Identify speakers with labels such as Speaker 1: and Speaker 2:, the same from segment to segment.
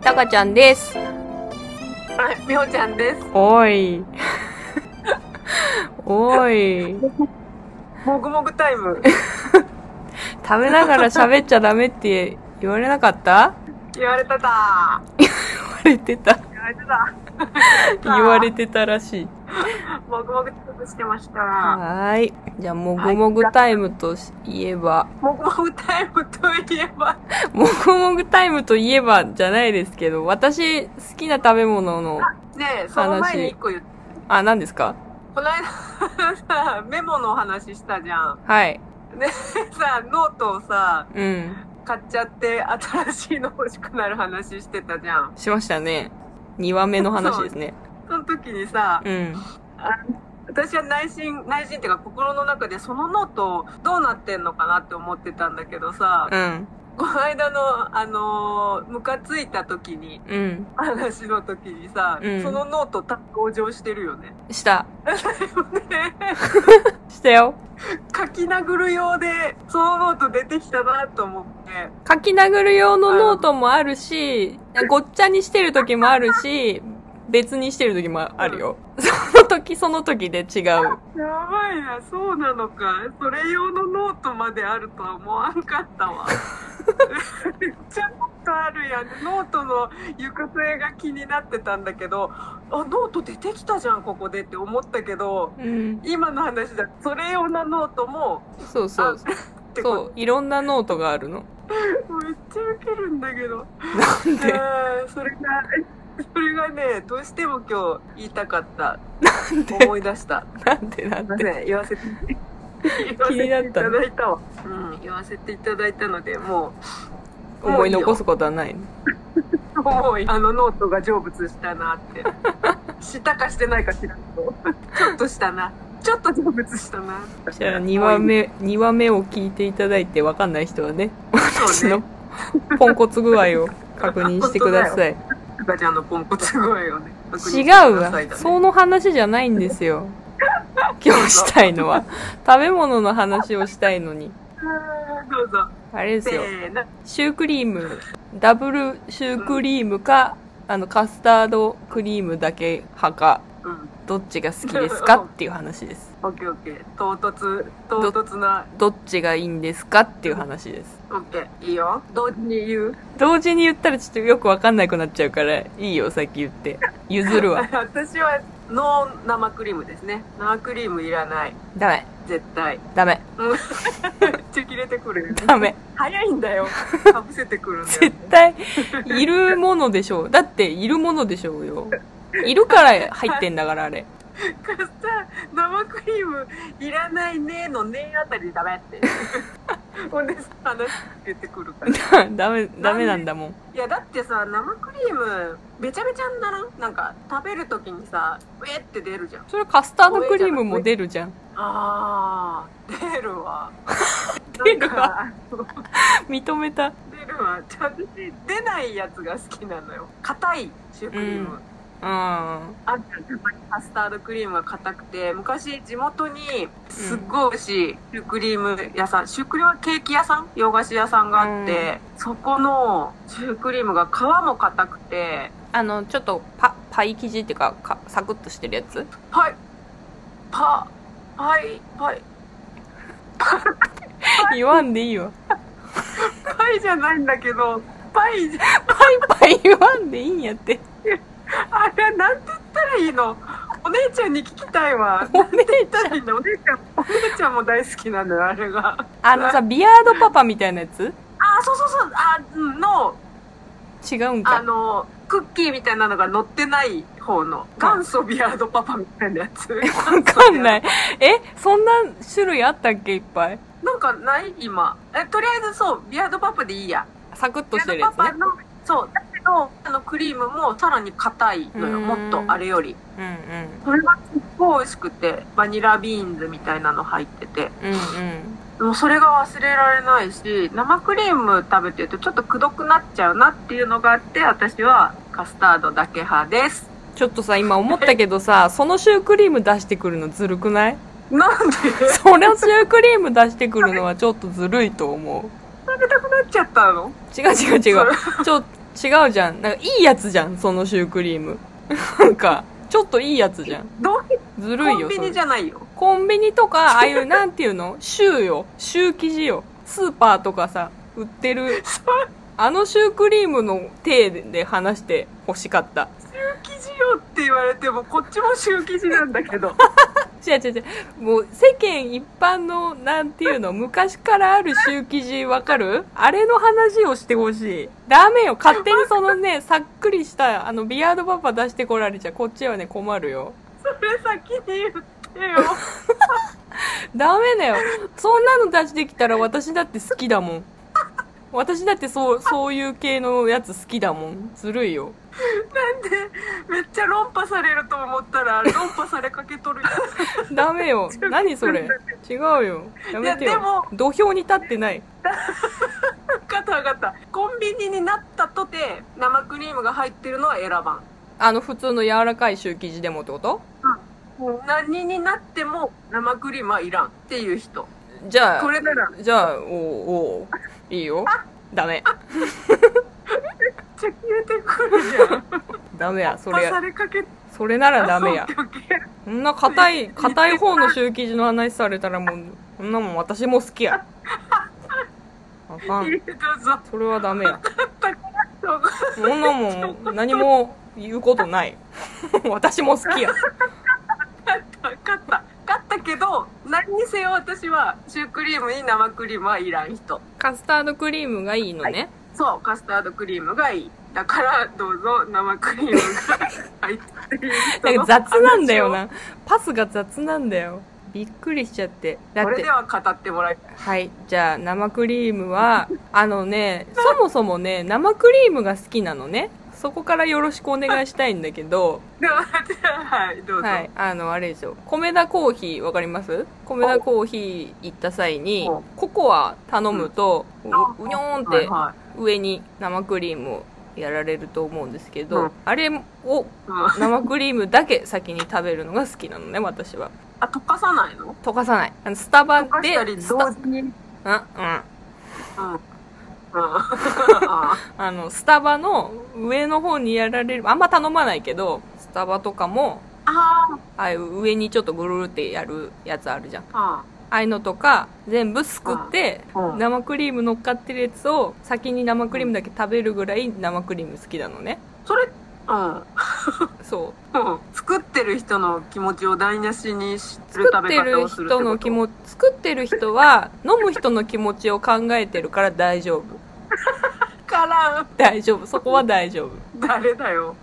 Speaker 1: たかちゃんです。
Speaker 2: はい、みほちゃんです。
Speaker 1: おい。おい。
Speaker 2: もぐもぐタイム。
Speaker 1: 食べながら喋っちゃダメって言われなかった
Speaker 2: 言われてた。
Speaker 1: 言われてた。
Speaker 2: 言われてた。
Speaker 1: 言われてたらしい。
Speaker 2: もぐもぐタイムしてました。
Speaker 1: はーい。じゃあ、もぐもぐタイムといえば、
Speaker 2: もぐもぐタイムといえば、
Speaker 1: もぐもぐタイムといえばじゃないですけど、私好きな食べ物の、
Speaker 2: ねえ、その前に一個言って、
Speaker 1: あ、何ですか
Speaker 2: この間さ、メモのお話したじゃん。
Speaker 1: はい。
Speaker 2: ねえさ、ノートをさ、
Speaker 1: うん。
Speaker 2: 買っちゃって新しいの欲しくなる話してたじゃん。
Speaker 1: しましたね。2話目の話ですね。
Speaker 2: その時にさ、
Speaker 1: うん。
Speaker 2: 私は内心、内心っていうか心の中でそのノートどうなってんのかなって思ってたんだけどさ、
Speaker 1: うん。
Speaker 2: この間の、あのームカついた時に、
Speaker 1: うん。
Speaker 2: 話の時にさ、
Speaker 1: うん
Speaker 2: そのノートた登場してるよね。
Speaker 1: した。
Speaker 2: ね
Speaker 1: したよ。
Speaker 2: 書き殴る用で、そのノート出てきたなと思って。
Speaker 1: 書き殴る用のノートもあるし、ごっちゃにしてる時もあるし、別にしてる時もあるよ。その時その時で違う。
Speaker 2: やばいな、そうなのか。それ用のノートまであるとは思わんかったわ。 めっちゃノートあるやん。ノートの行く末が気になってたんだけど、あ、ノート出てきたじゃん、ここでって思ったけど、
Speaker 1: うん。
Speaker 2: 今の話だ、それ用のノートも、
Speaker 1: そうそう。
Speaker 2: ってこと
Speaker 1: そう。いろんなノートがあるの。
Speaker 2: めっちゃウケるんだけど。
Speaker 1: なんで、
Speaker 2: あーそれが、 それがね、どうしても今日言いたかった。
Speaker 1: で
Speaker 2: 思い出した。
Speaker 1: なんでなん
Speaker 2: すいま
Speaker 1: で。
Speaker 2: せん、言わせて。言わ
Speaker 1: 気
Speaker 2: せ
Speaker 1: に
Speaker 2: て
Speaker 1: なっ
Speaker 2: い
Speaker 1: た
Speaker 2: た
Speaker 1: の
Speaker 2: だいたわ。うん、言わせていただいたので、もう、
Speaker 1: 思い残
Speaker 2: す。
Speaker 1: すことはないの。
Speaker 2: もういいあのノートが成仏したな って。したかしてないか知らんけど。ちょっとしたな。ちょっと成仏したな。
Speaker 1: じゃあ2話目、2話目を聞いていただいてわかんない人はね、私
Speaker 2: そう
Speaker 1: の
Speaker 2: ね。
Speaker 1: ポンコツ具合を確認してください。
Speaker 2: 赤ちゃんのポンコツ声をね。
Speaker 1: 違うわ、
Speaker 2: そ
Speaker 1: その話じゃないんですよ今日したいのは食べ物の話をしたいのに
Speaker 2: どうぞ。
Speaker 1: あれです
Speaker 2: せ
Speaker 1: よ
Speaker 2: ーの。
Speaker 1: シュークリームダブルシュークリームか、あのカスタードクリームだけ派か
Speaker 2: うん。
Speaker 1: どっちが好きですかっていう話です
Speaker 2: オッケーオッケー。唐突、唐突な、
Speaker 1: どっちがいいんですかっていう話です
Speaker 2: オッケー。いいよ。同時に言う。
Speaker 1: 同時に言ったらちょっとよくわかんなくなっちゃうからいいよ先言 って譲るわ
Speaker 2: 私は、ノー生クリームですね。生クリームいらない。
Speaker 1: ダメ
Speaker 2: 絶対。
Speaker 1: ダメ
Speaker 2: うんめっちゃ切れてくるよね。
Speaker 1: ダ メ
Speaker 2: 早い んだよ。かぶせてくるんだよ
Speaker 1: 絶。対いるものでしょうだっているものでしょうよいるから入ってんだからあ れ
Speaker 2: カスター生クリームいらないねのねあたりでダメって。ほんで話出てくるから。い
Speaker 1: ダメダメなんだもん
Speaker 2: や、だってさ、生クリーム、べちゃべちゃにならんなんか、食べるときにさ、ウェって出るじゃん。
Speaker 1: それカスタードクリームも出るじゃん
Speaker 2: あー、出るわ。
Speaker 1: 出るわ
Speaker 2: なんか。
Speaker 1: 認めた
Speaker 2: 出るわ。ちゃんと出ないやつが好きなのよ。硬いシュークリー
Speaker 1: う
Speaker 2: ム。
Speaker 1: んうん
Speaker 2: あんたたまにカスタードクリームが硬くて、昔地元にすっごい美味しいシュークリーム屋さん、シュークリームはケーキ屋さん洋菓子屋さんがあって、そこのシュークリームが皮も硬くて、
Speaker 1: あのちょっとパパイ生地っていうかかサクッとしてるやつ
Speaker 2: はい、パ、はい、はい、
Speaker 1: 言わんでいいわ
Speaker 2: パイじゃないんだけど、パイじゃ、
Speaker 1: パイ言わんでいいんやって
Speaker 2: あれなんて言ったらいいのお姉ちゃんに聞きたいわ。
Speaker 1: お姉ち
Speaker 2: 言っ
Speaker 1: ゃ
Speaker 2: た
Speaker 1: ん
Speaker 2: らいいのお姉ちゃん、お姉ちゃんも大好きなのよ、あれが。
Speaker 1: あのさビアードパパみたいなやつ
Speaker 2: あ、そうそうそう、あ、うんの、
Speaker 1: 違うん
Speaker 2: あ
Speaker 1: か
Speaker 2: の、クッキーみたいなのが乗ってない方の、元祖ビアードパパみたいなやつ。わ
Speaker 1: わかんない。えそんな種類あったっけいっぱい
Speaker 2: なんかない今。え、とりあえずそう、ビアードパパでいいや。
Speaker 1: サクッと
Speaker 2: ビア
Speaker 1: して
Speaker 2: ー
Speaker 1: る
Speaker 2: ド
Speaker 1: や
Speaker 2: パ
Speaker 1: つ
Speaker 2: パ
Speaker 1: ね
Speaker 2: の、そう、だけど、あのクリームもさらに硬いのよ。
Speaker 1: うー
Speaker 2: も
Speaker 1: ん
Speaker 2: っと、あれより。
Speaker 1: うん
Speaker 2: それがすっごい美味しくて、バニラビーンズみたいなの入ってて。
Speaker 1: うんうんうん
Speaker 2: もうそれが忘れられないし、生クリーム食べてるとちょっとくどくなっちゃうなっていうのがあって、私はカスタードだけ派です。
Speaker 1: ちょっとさ、今思ったけどさ、そのシュークリーム出してくるのずるく ない
Speaker 2: なんで食
Speaker 1: そのシュークリーム出してくるのはちょっとずるいと思う。
Speaker 2: べたくなっちゃったの
Speaker 1: 違う違う違う。ちょ、違うじゃん。なんかいいやつじゃん、そのシュークリーム。 なんか、ちょっといいやつじゃん。
Speaker 2: どう
Speaker 1: ずる
Speaker 2: コ
Speaker 1: い
Speaker 2: ン
Speaker 1: よ、
Speaker 2: ビ
Speaker 1: そ
Speaker 2: ニ
Speaker 1: れ
Speaker 2: じ。ゃないよ
Speaker 1: コンビニと か、ああいう、なんていうのシューよ。シュー生地よ。スーパーとかさ、売ってる。あのシュークリームの手で話して欲しかった。
Speaker 2: 生地よって言われてもこっちもシュー生地なんだけど
Speaker 1: 違う違う違う。もう世間一般の、なんていうの、昔からあるシュー生地わかるあれの話をしてほしい。ダメよ。勝手にそのね、さっくりした、あの、ビアードパパ出してこられちゃ、こっちはね、困るよ。
Speaker 2: それ先に言ってよ
Speaker 1: ダメだよ。そんなの出してきたら私だって好きだもん。私だってそう、そういう系のやつ好きだもん。ずるいよ。
Speaker 2: なんでめっちゃ論破されると思ったら論破されかけとる
Speaker 1: ダメ よ。何それ。違うよ。やめてよ。
Speaker 2: いやでも
Speaker 1: 土俵に立ってない。
Speaker 2: 分かった分かったコンビニになったとて生クリームが入ってるのは選ば
Speaker 1: あの、普通の柔らかいシュー生地でもってこと
Speaker 2: ん何になっても生クリームはいらんっていう人
Speaker 1: じゃあ。
Speaker 2: これならめっ
Speaker 1: じゃあ、おうおういいよ。ダメ。
Speaker 2: ちゃ消えてくるじ ゃん論
Speaker 1: ダメや。そ
Speaker 2: 破
Speaker 1: れ
Speaker 2: さ、れかけ
Speaker 1: それならダメや
Speaker 2: オッ。ケーオッケー
Speaker 1: そんな硬い、硬い方の集記事の話されたらもう、そんなもん私も好きや。あか
Speaker 2: い
Speaker 1: ん。
Speaker 2: いどうぞ
Speaker 1: それはダメや。
Speaker 2: どうぞ
Speaker 1: そんなもん、何も言うことない。 私も好きや。
Speaker 2: 勝った勝ったけど何にせよ私はシュークリームに生クリームはいらん人
Speaker 1: カスタードクリームがいいのね。
Speaker 2: そうカスタードクリームがいいだからどうぞ生クリームが入ってる 人
Speaker 1: な
Speaker 2: の
Speaker 1: んか雑なんだよ
Speaker 2: 話を
Speaker 1: な。パスが雑なんだよ。びっくりしちゃって。だ
Speaker 2: そ
Speaker 1: っ
Speaker 2: れ
Speaker 1: て
Speaker 2: で、は語ってもらいたい
Speaker 1: はい。じゃあ、生クリームは、あのね、そもそもね、生クリームが好きなのね。そこからよろしくお願いしたいんだけど、
Speaker 2: でははいどうぞ、
Speaker 1: はい。あの、あれですよ。米田コーヒー、わかります米田コーヒー行った際に
Speaker 2: お、
Speaker 1: ココア頼むと、ううにょーんって
Speaker 2: は
Speaker 1: 上に生クリームをやられると思うんですけ
Speaker 2: う
Speaker 1: ど
Speaker 2: ん、
Speaker 1: あれを
Speaker 2: いはいうん
Speaker 1: 生クリームだけ先に食べるのが好きなのね、私は。
Speaker 2: あ溶かさないの
Speaker 1: 溶かさない。あの、スタバ
Speaker 2: 溶かしたり
Speaker 1: で、スタ、
Speaker 2: 同
Speaker 1: うん、
Speaker 2: 時にうんうん
Speaker 1: うん。
Speaker 2: あ
Speaker 1: あの、スタバの上の方にやられる、あんま頼まないけど、スタバとかも、
Speaker 2: あ
Speaker 1: ああいう上にちょっとぐるるってやるやつあるじゃん。あ
Speaker 2: あ
Speaker 1: あいうのとか、全部すくって、
Speaker 2: うん
Speaker 1: 生クリーム乗っかってるやつを、先に生クリームだけ食べるぐらい生クリーム好きなのね。
Speaker 2: それうん
Speaker 1: そう。
Speaker 2: うん作ってる人の気持ちを台無しにする
Speaker 1: 作
Speaker 2: 食
Speaker 1: っ
Speaker 2: べ
Speaker 1: て
Speaker 2: 方
Speaker 1: る
Speaker 2: をするってこ
Speaker 1: 人
Speaker 2: と
Speaker 1: の気持ち、作ってる人は、飲む人の気持ちを考えてるから大丈夫。
Speaker 2: からん
Speaker 1: 大丈夫。そこは大丈夫。
Speaker 2: 誰だよ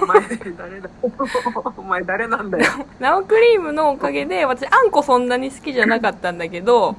Speaker 2: お前誰だお前誰なんだよ、
Speaker 1: 生クリームのおかげで、私、あんこそんなに好きじゃなかったんだけど、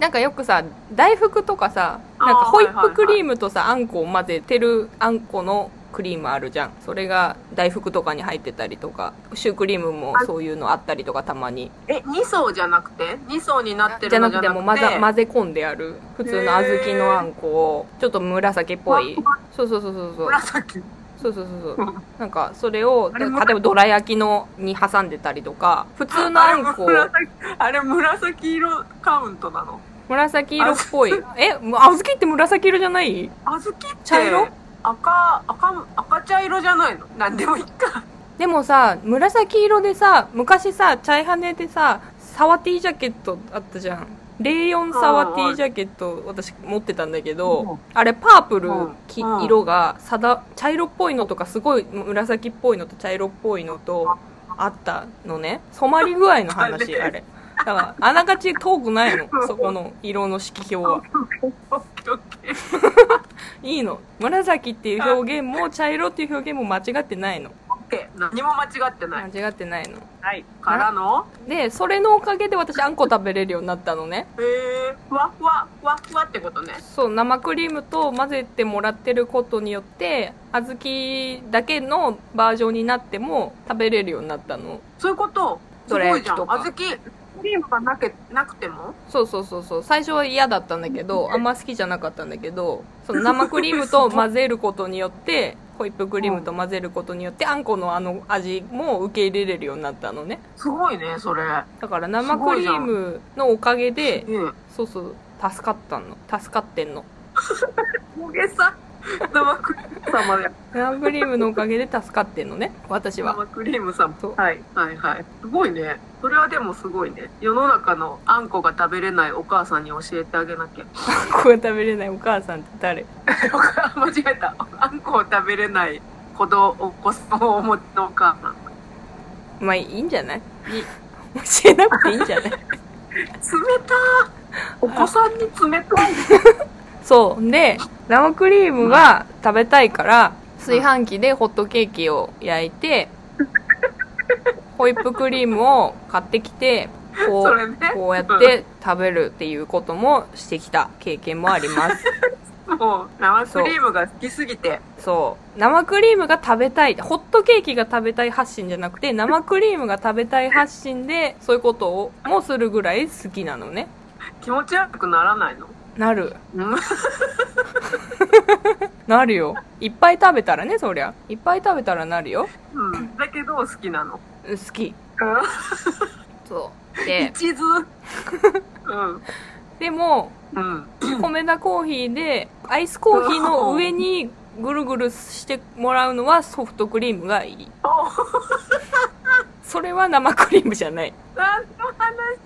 Speaker 1: なんかよくさ大福とかさ
Speaker 2: あー
Speaker 1: なんかホイッ
Speaker 2: はいはい
Speaker 1: プ
Speaker 2: は
Speaker 1: ク
Speaker 2: い
Speaker 1: リームとさあんこを混ぜてるあんこのクリームあるじゃんそれが大福とかに入ってたりとかシュークリームもそういうのあったりとかたまに
Speaker 2: え2層じゃなくて2層になって
Speaker 1: じゃ
Speaker 2: るの
Speaker 1: な
Speaker 2: じ
Speaker 1: く
Speaker 2: ゃな
Speaker 1: て
Speaker 2: くて
Speaker 1: もう混ざ混ぜ込んである普通の小豆のあんこをちょっと紫っぽい
Speaker 2: ふ
Speaker 1: そうそうそうそうそう
Speaker 2: 紫
Speaker 1: そうそうそう
Speaker 2: う
Speaker 1: そうんなんかそれを
Speaker 2: あ
Speaker 1: 例え
Speaker 2: れも
Speaker 1: ばどら焼きのに挟んでたりとか普通のあんこを
Speaker 2: あれ紫あれ紫色カウントなの
Speaker 1: 紫色っぽいえ小豆って紫色じゃない
Speaker 2: 小豆って
Speaker 1: 茶色
Speaker 2: 赤赤赤茶色じゃないのなんでもいいか
Speaker 1: でもさ紫色でさ昔さチャイハネでさサワティジャケットあったじゃん04サワティジャケット私持ってたんだけ
Speaker 2: う
Speaker 1: ど
Speaker 2: ん
Speaker 1: あれパープル
Speaker 2: うん
Speaker 1: き
Speaker 2: うん
Speaker 1: 色がさだ茶色っぽいのとかすごい紫っぽいのと茶色っぽいのとあったのね染まり具合の 話
Speaker 2: あれ
Speaker 1: あれだからあながち遠くないのそこの色の色標は
Speaker 2: オッケーオッケー
Speaker 1: いいの紫っていう表現も茶色っていう表現も間違ってないの
Speaker 2: オッケー何も間違ってない、
Speaker 1: 間違ってないの
Speaker 2: はい、からの
Speaker 1: でそれのおかげで私あんこ食べれるようになったのね
Speaker 2: へえー、わふわふわふわってことね
Speaker 1: そう生クリームと混ぜてもらってることによって小豆だけのバージョンになっても食べれるようになったの
Speaker 2: そういうことすごいじゃん
Speaker 1: ど
Speaker 2: 小
Speaker 1: ら
Speaker 2: 豆
Speaker 1: 焼
Speaker 2: クリームがなけなくても
Speaker 1: そうそうそうそう最初は嫌だったんだけどあんま好きじゃなかったんだけどその生クリームと混ぜることによってホイップクリームと混ぜることによってあんこのあの味も受け入れれるようになったのね
Speaker 2: すごいね、それ。
Speaker 1: だから生クリームのおかげで
Speaker 2: うん。
Speaker 1: そうそう助かったの助かってんの
Speaker 2: 大げ さ。生クリーム様だよ。
Speaker 1: 生クリームのおかげで助かってんのね私は
Speaker 2: 生クリーム様。
Speaker 1: そう
Speaker 2: はい、はい、はい。すごいね。それはでもすごいね。世の中のあんこが食べれないお母さんに教えてあげなきゃ。
Speaker 1: あんこが食べれないお母さんって誰
Speaker 2: 間違えた。あんこを食べれない子供、お子さんをお持ちのお母さん。
Speaker 1: まあいいんじゃないい教えなくていいんじゃない
Speaker 2: 冷たー お子さんに冷たい。
Speaker 1: そうで生クリームが食べたいから炊飯器でホットケーキを焼いてホイップクリームを買ってきてこ
Speaker 2: それ
Speaker 1: う
Speaker 2: ね。
Speaker 1: こうやって食べるっていうこともしてきた経験もあります
Speaker 2: うん。もう、生クリームが好きすぎて。
Speaker 1: そう生クリームが食べたいホットケーキが食べたい発信じゃなくて生クリームが食べたい発信でそういうことをもするぐらい好きなのね
Speaker 2: 気持ち悪くならないの
Speaker 1: なる
Speaker 2: うん。
Speaker 1: なるよいっぱい食べたらねそりゃいっぱい食べたらなるよ
Speaker 2: うんだけど好きなの。
Speaker 1: うん好きそう
Speaker 2: うん。
Speaker 1: で
Speaker 2: 一途。うん。
Speaker 1: でも
Speaker 2: うん。
Speaker 1: 米田コーヒーでアイスコーヒーの上にぐるぐるしてもらうのはソフトクリームがいい
Speaker 2: お
Speaker 1: それは生クリームじゃない
Speaker 2: 何の話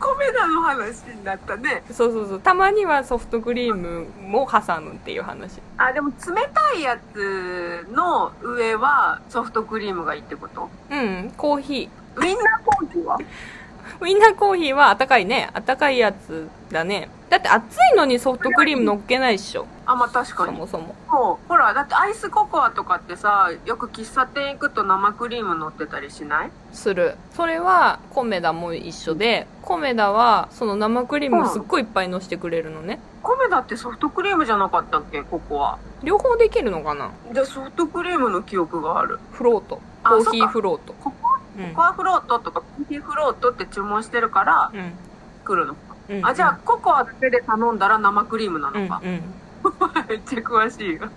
Speaker 2: 米田の話になったね。
Speaker 1: そうそうそうたまにはソフトクリームも挟むっていう話
Speaker 2: あ、でも冷たいやつの上はソフトクリームがいいってこと
Speaker 1: うんコーヒ
Speaker 2: ウインナーコーヒーは
Speaker 1: ーウインナーコーヒーはあったかいねあったかいやつだねだって暑いのにソフトクリーム乗っけないっしょ
Speaker 2: あ、まあ確か
Speaker 1: そ
Speaker 2: に。
Speaker 1: もそも
Speaker 2: そうほら、だってアイスココアとかってさ、よく喫茶店行くと生クリーム乗ってたりしない
Speaker 1: するそれはコメダも一緒でコメダはその生クリームをすっごいいっぱいのしてくれるのね
Speaker 2: 米田ってソフトクリームじゃなかったっけココア。
Speaker 1: 両方できるのかな
Speaker 2: じゃあソフトクリームの記憶がある。
Speaker 1: フロート
Speaker 2: あ
Speaker 1: コーヒ
Speaker 2: そっ
Speaker 1: ー
Speaker 2: か
Speaker 1: フロート
Speaker 2: コ
Speaker 1: うん
Speaker 2: コアフロートとかコーヒーフロートって注文してるから
Speaker 1: うん
Speaker 2: 来るの。
Speaker 1: うん
Speaker 2: あ、じゃあココアだけで頼んだら生クリームな
Speaker 1: うんう
Speaker 2: のか。
Speaker 1: ん
Speaker 2: めっちゃ詳しいよ。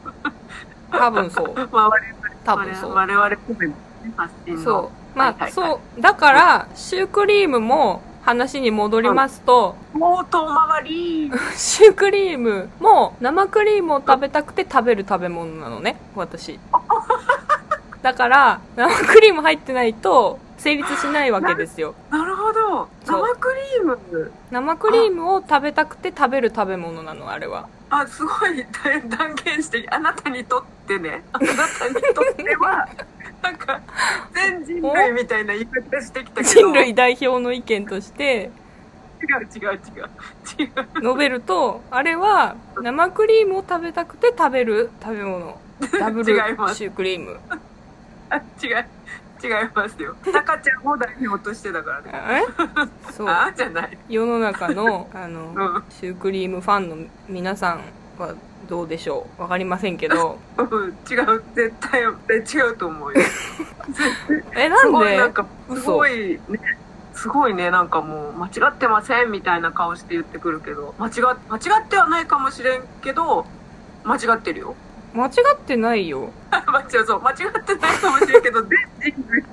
Speaker 1: 多分そう
Speaker 2: まあ我
Speaker 1: 多分そう
Speaker 2: 々、我々米の発信の。
Speaker 1: そうまあ、
Speaker 2: はいはいはい
Speaker 1: そうだからシュークリームも話に戻りますと、
Speaker 2: もう遠回り。
Speaker 1: シュークリームも生クリームを食べたくて食べる食べ物なのね私だから生クリーム入ってないと成立しないわけですよ
Speaker 2: なるほど。
Speaker 1: そう
Speaker 2: 生クリーム。
Speaker 1: 生クリームを食べたくて食べる食べ物なのあれは
Speaker 2: あ、すごいだ断言して、あなたにとってね、あなたにとって は、なんか、全人類みたいな言い方してきたけど。
Speaker 1: 人
Speaker 2: 違う
Speaker 1: 類代表の意見として
Speaker 2: 違う違う。違う。
Speaker 1: 述べるとあれは生クリームを食べたくて食べる食べ物ダブル
Speaker 2: 違います
Speaker 1: シュークリーム
Speaker 2: あ違う。違いますよ。タカちゃんを代表としてだからね。
Speaker 1: えそう
Speaker 2: あじゃない。
Speaker 1: 世の中のあの、
Speaker 2: うん
Speaker 1: シュークリームファンの皆さんはどうでしょうわかりませんけ ど
Speaker 2: うん、違う。絶対、絶対違うと思うよ。
Speaker 1: えな
Speaker 2: す
Speaker 1: ん
Speaker 2: ごい
Speaker 1: で
Speaker 2: なんか、
Speaker 1: 嘘
Speaker 2: すごいね。すごいね、なんかもう、間違ってませんみたいな顔して言ってくるけど、間違っ、間違ってはないかもしれんけど、間違ってるよ。
Speaker 1: 間違ってないよ
Speaker 2: 間違うそう間違ってないかもしれんけど全人類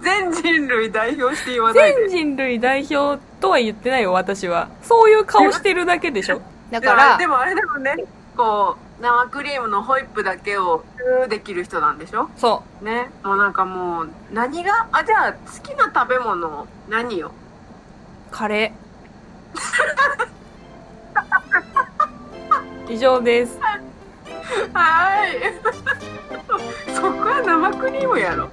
Speaker 2: 全人類代表して言わない
Speaker 1: 全
Speaker 2: で
Speaker 1: 人類代表とは言ってないよ私はそういう顔してるだけでしょだか
Speaker 2: いや
Speaker 1: ら
Speaker 2: でもあれでもねこう生クリームのホイップだけをチューできる人なんでしょ
Speaker 1: そ
Speaker 2: ねもうなんかもう何があじゃあ好きな食べ物何よ
Speaker 1: うカレ ー以上です
Speaker 2: はーいそこは生クリームやろ